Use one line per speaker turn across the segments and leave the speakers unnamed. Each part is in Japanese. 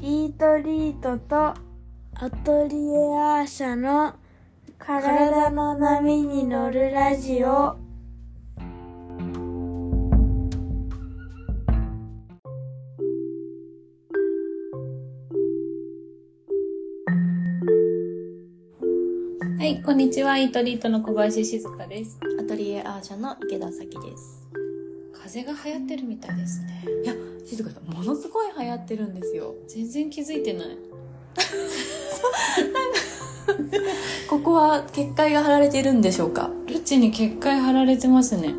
イートリートと
アトリエアーシャの
体の波に乗るラジオ
はい、こんにちは。イートリートの小林静香です。
アトリエアーシャの池田咲です。
風邪が流行ってるみたいですね。
静香さん、ものすごい流行ってるんですよ。
全然気づいてない。
ここは結界が張られているんでしょうか
ルチに結界張られてますね。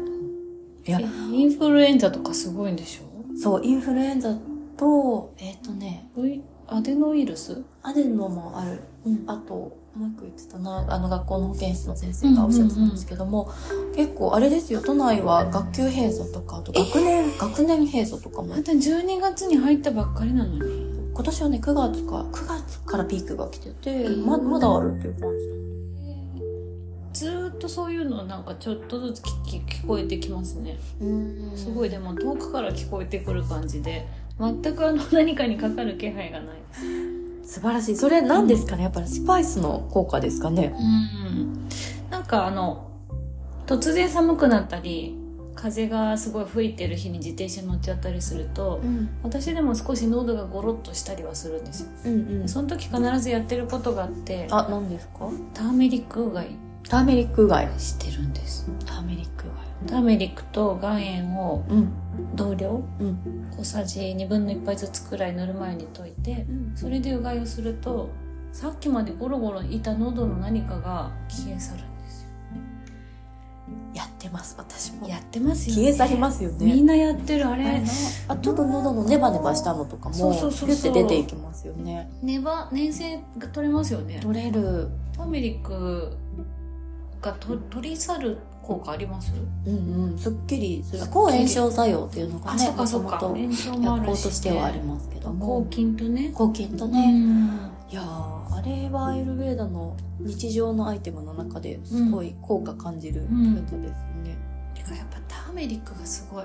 いや
え、インフルエンザとかすごいんでしょ
そう、インフルエンザと、えっ、とね、
ういアデノウイルス
アデノもある。
うん
あと、もう一個言ってたな、あの学校の保健室の先生がおっしゃってたんですけども、結構あれですよ、都内は学級閉鎖とか、あと学年、学年閉鎖とかも
ま、た12月に入ったばっかりなのに。
今年はね、9月か、9月からピークが来てて、
うん
ま、まだあるっていう感じ。
ずーっとそういうのなんかちょっとずつ聞き聞こえてきますね。
うん
すごいでも遠くから聞こえてくる感じで、全くあの何かにかかる気配がない。
素晴らしい。それ何ですかねやっぱりスパイスの効果ですかね
うんなんかあの突然寒くなったり風がすごい吹いてる日に自転車乗っちゃったりすると
うん
私でも少し喉がゴロッとしたりはするんですよ
うん
その時必ずやってることがあって
あ、何ですか
ターメリックうがい
ターメリックうがい。
してるんです
ターメリックう
ターメリックと岩塩を
がい。うん。
同量
うん。
小さじ1分の1杯ずつくらい塗る前に溶いてそれでうがいをするとさっきまでゴロゴロいた喉の何かが消え去るんです
やってます、私も。
よやってますよね
消え去りますよ
み
ね。
んなやってるあ
あ
れ
のあちょっと喉のネバネバしたのとかも、
そうそうそうそう
ピュって出ていきますよね。
ネバ粘性が取れますよね
取れる。
ターメリックがと取り去る効果あります
うんうん。すっきりする。抗炎症作用っていうのが
あ
ね、
そっかそっか
と
炎症もあ
薬
る
効と
し、ね、
してはありますけど
抗
も。
菌とね
抗菌と
う
ね。
ん
いやー、あれはアイルベーダの日常のアイテムの中ですごい効果感じるやつですね。
てかやっぱターメリックがすごい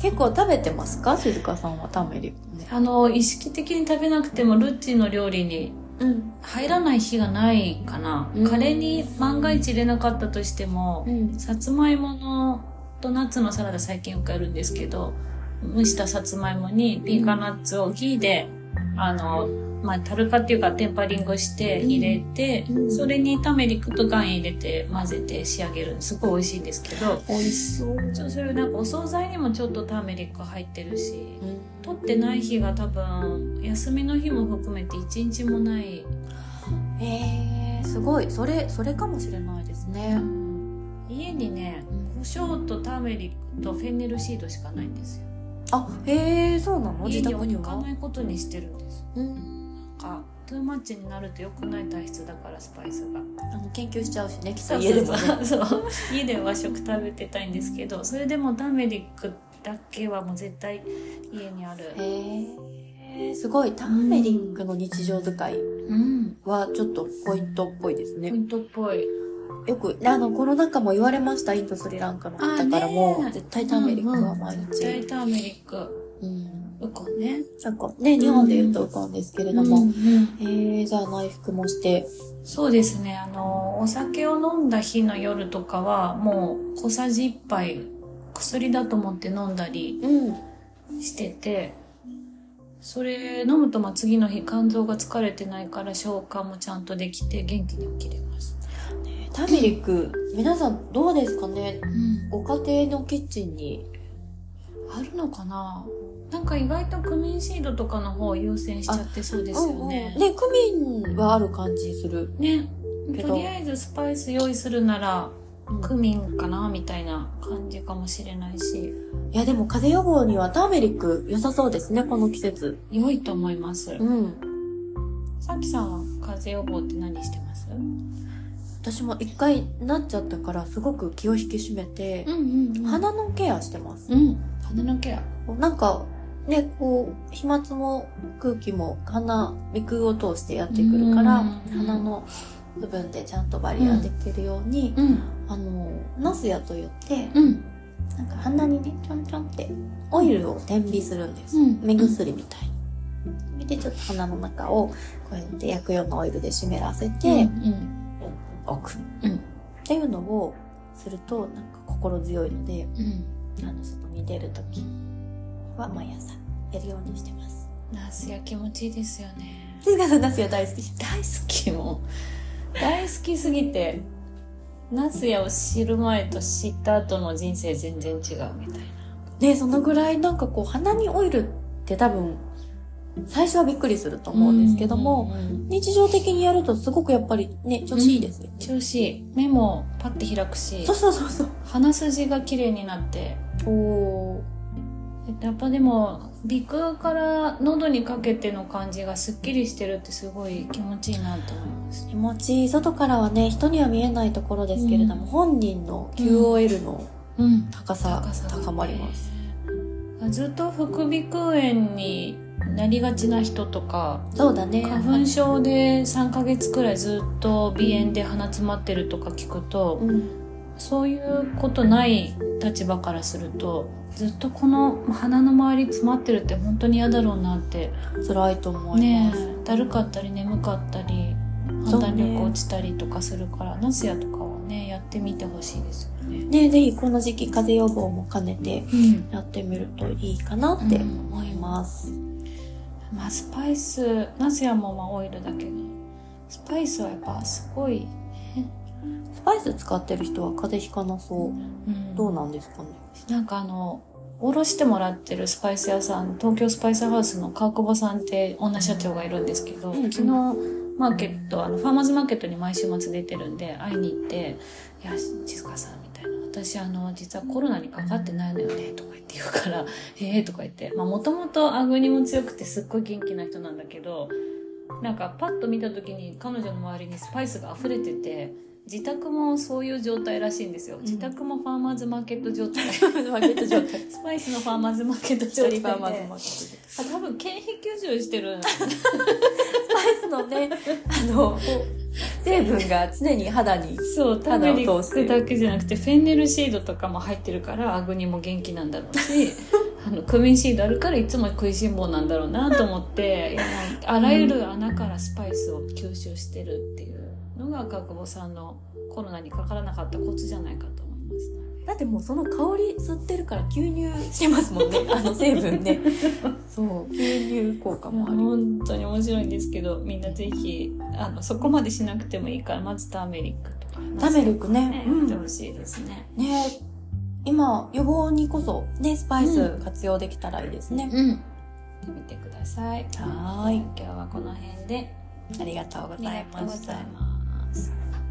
結構食べてますか静香さんはターメリックね。
あの意識的に食べなくてもルッチの料理に
うん。
入らない日がないかな、
うん
カレーに万が一入れなかったとしても、
うん。
さつまいものとナッツのサラダ最近よくやるんですけど蒸したさつまいもにピーカンナッツをギーであの、まあ、タルカっていうかテンパリングして入れて、
うん
それにターメリックと岩塩入れて混ぜて仕上げるすごい美味しいんですけど
美味しそう。
ちょそれなんかお惣菜にもちょっとターメリック入ってるし取ってない日が多分休みの日も含めて一日もない
えー、すごい。それ、それかもしれないですね。
家にね胡椒とターメリックとフェンネルシードしかないんですよ
あ、へえー、そうなの
家
自
に
宅に
置か
は
な。いことにしてるんです
う
な
ん。
んかトゥーマッチになると良くない体質だからスパイスが
あの、研究しちゃうしね、きっと家でもね。
そうそうそう 家で和食食べてたいんですけどそれでもターメリックだけはもう絶対家にある
へえー、すごい。ターメリックの日常使い
うん
はちょっとポイントっぽいです
ポイ
ね。
ントっぽい
よく、あの、コロナ禍も言われました。インド、スリランカの方から
あー
も
ね、ー
絶対ターメリックは毎
絶対
日。
ターメリック
うん。
ウコンね
なんかね、日本で言うと浮かんですけれども、
うんうん
えー、じゃあ内服もして。
そうですねあのお酒を飲んだ日の夜とかはもう小さじ1杯薬だと思って飲んだり
うん。
しててそれ飲むとまあ次の日肝臓が疲れてないから消化もちゃんとできて元気に起きれます、
ターメリック、皆さんどうですかね
うん、
ご家庭のキッチンに。
あるのかななんか意外とクミンシードとかの方を優先しちゃってそうですよね
うんうんね、クミンはある感じする。
ね
けど
とりあえずスパイス用意するなら
うん
クミンかなみたいな感じかもしれないし
いや、でも風邪予防にはターメリック良さそうですね、この季節。
良いと思います
うん。
さきさんは風邪予防って何してますうん
私も一回なっちゃったから、すごく気を引き締めて、
うん、
鼻のケアしてます。
うん鼻のケア
なんか、ね、こう、飛沫も空気も鼻、鼻腔を通してやってくるから、
うん
鼻の部分でちゃんとバリアできるように、
うん
あの、ナスヤと言って、
うん
なんか鼻にね、ちょんちょんって、オイルを点鼻するんです。
うん
目薬みたいに。でちょっと鼻の中をこうやって薬用のオイルで湿らせ
うんう
て
ん
おく、
うん
っていうのをするとなんか心強いので
うん
あの外に出る時は毎朝やるようにしてます。
ナスや気持ちいいですよね
静香さんナスが大好き
大好きもう大好きすぎてナスヤを知る前と知った後の人生全然違うみたい
ねそのぐらいなんかこう鼻にオイルって多分最初はびっくりすると
な
思うんですけども、
うんうんうん
日常的にやるとすごくやっぱりね調子いいですよね、
調子いい目もパッて開くし
そうそうそうそう
鼻筋が綺麗になって
おお
やっぱでも鼻腔から喉にかけての感じがすっきりしてるってすごい気持ちいいなと思います
気持ちいい外からはね人には見えないところですけれども、
うん
本人の QOL の
うん
高さ
高さがね
高まります、
ずっと副鼻腔炎になりがちな人とか
そうだね
花粉症で3ヶ月くらいずっと鼻炎で鼻詰まってるとか聞くと
うん
そういうことない立場からするとずっとこの鼻の周り詰まってるって本当に嫌だろうなって
辛いと思い
ね
ます、
えだるかったり眠かったり
そ
判
うね
断力落ちたりとかするから、ナスヤとかはねやってみてほしいですよね。
ねぜひこの時期風邪予防も兼ねて
うん、
やってみるといいかなって思います、
まあスパイスナスヤもまあオイルだけどスパイスはやっぱすごい、
スパイス使ってる人は風邪ひかなそう
うん、
どうなんですかね
なんかあのおろしてもらってるスパイス屋さん東京スパイスハウスの川久保さんって女社長がいるんですけど、
うんうん
昨日マーケットあのファーマーズマーケットに毎週末出てるんで会いに行って「いや静香さん」みたいな「私あの実はコロナにかかってないのよね」とか言って言うから「へえ」とか言ってもともとアグニも強くてすっごい元気な人なんだけどなんかパッと見た時に彼女の周りにスパイスが溢れてて。自宅もそういう状態らしいんですよ。
ん
自宅もファーマーズマーケット状態。
マーケット状態
スパイスのファーマーズマーケット
一
調理
人フ
場
ァーマーズ
で
マーケット
あ多分経費吸収してる
スパイスのねあのこう成分が常に肌に
そうターメリ
肌を
ッ
通して
クだけじゃなくてフェンネルシードとかも入ってるからアグニも元気なんだろうしあのクミンシードあるからいつも食いしん坊なんだろうなと思 っていやあらゆる穴からスパイスを吸収してるっていうのが角保さんのコロナにかからなかったコツじゃないかと思います
だってもうその香り吸ってるから吸入してますもん ねあの成分ねそう吸入効果
も
も
う
ある
本当に面白いんですけどみんなぜひあのそこまでしなくてもいいからまずターメリックとか
ターメリック
ね
ね、う
やっ
ん
てほしいですね。
ね今予防にこそねスパイス活用できたらいいですね、
うん。てみてください。
はーい
今日はこの辺で
ありがとうご
あり
ざ
が
い
とう
ま
ご
し
ざ
た
います。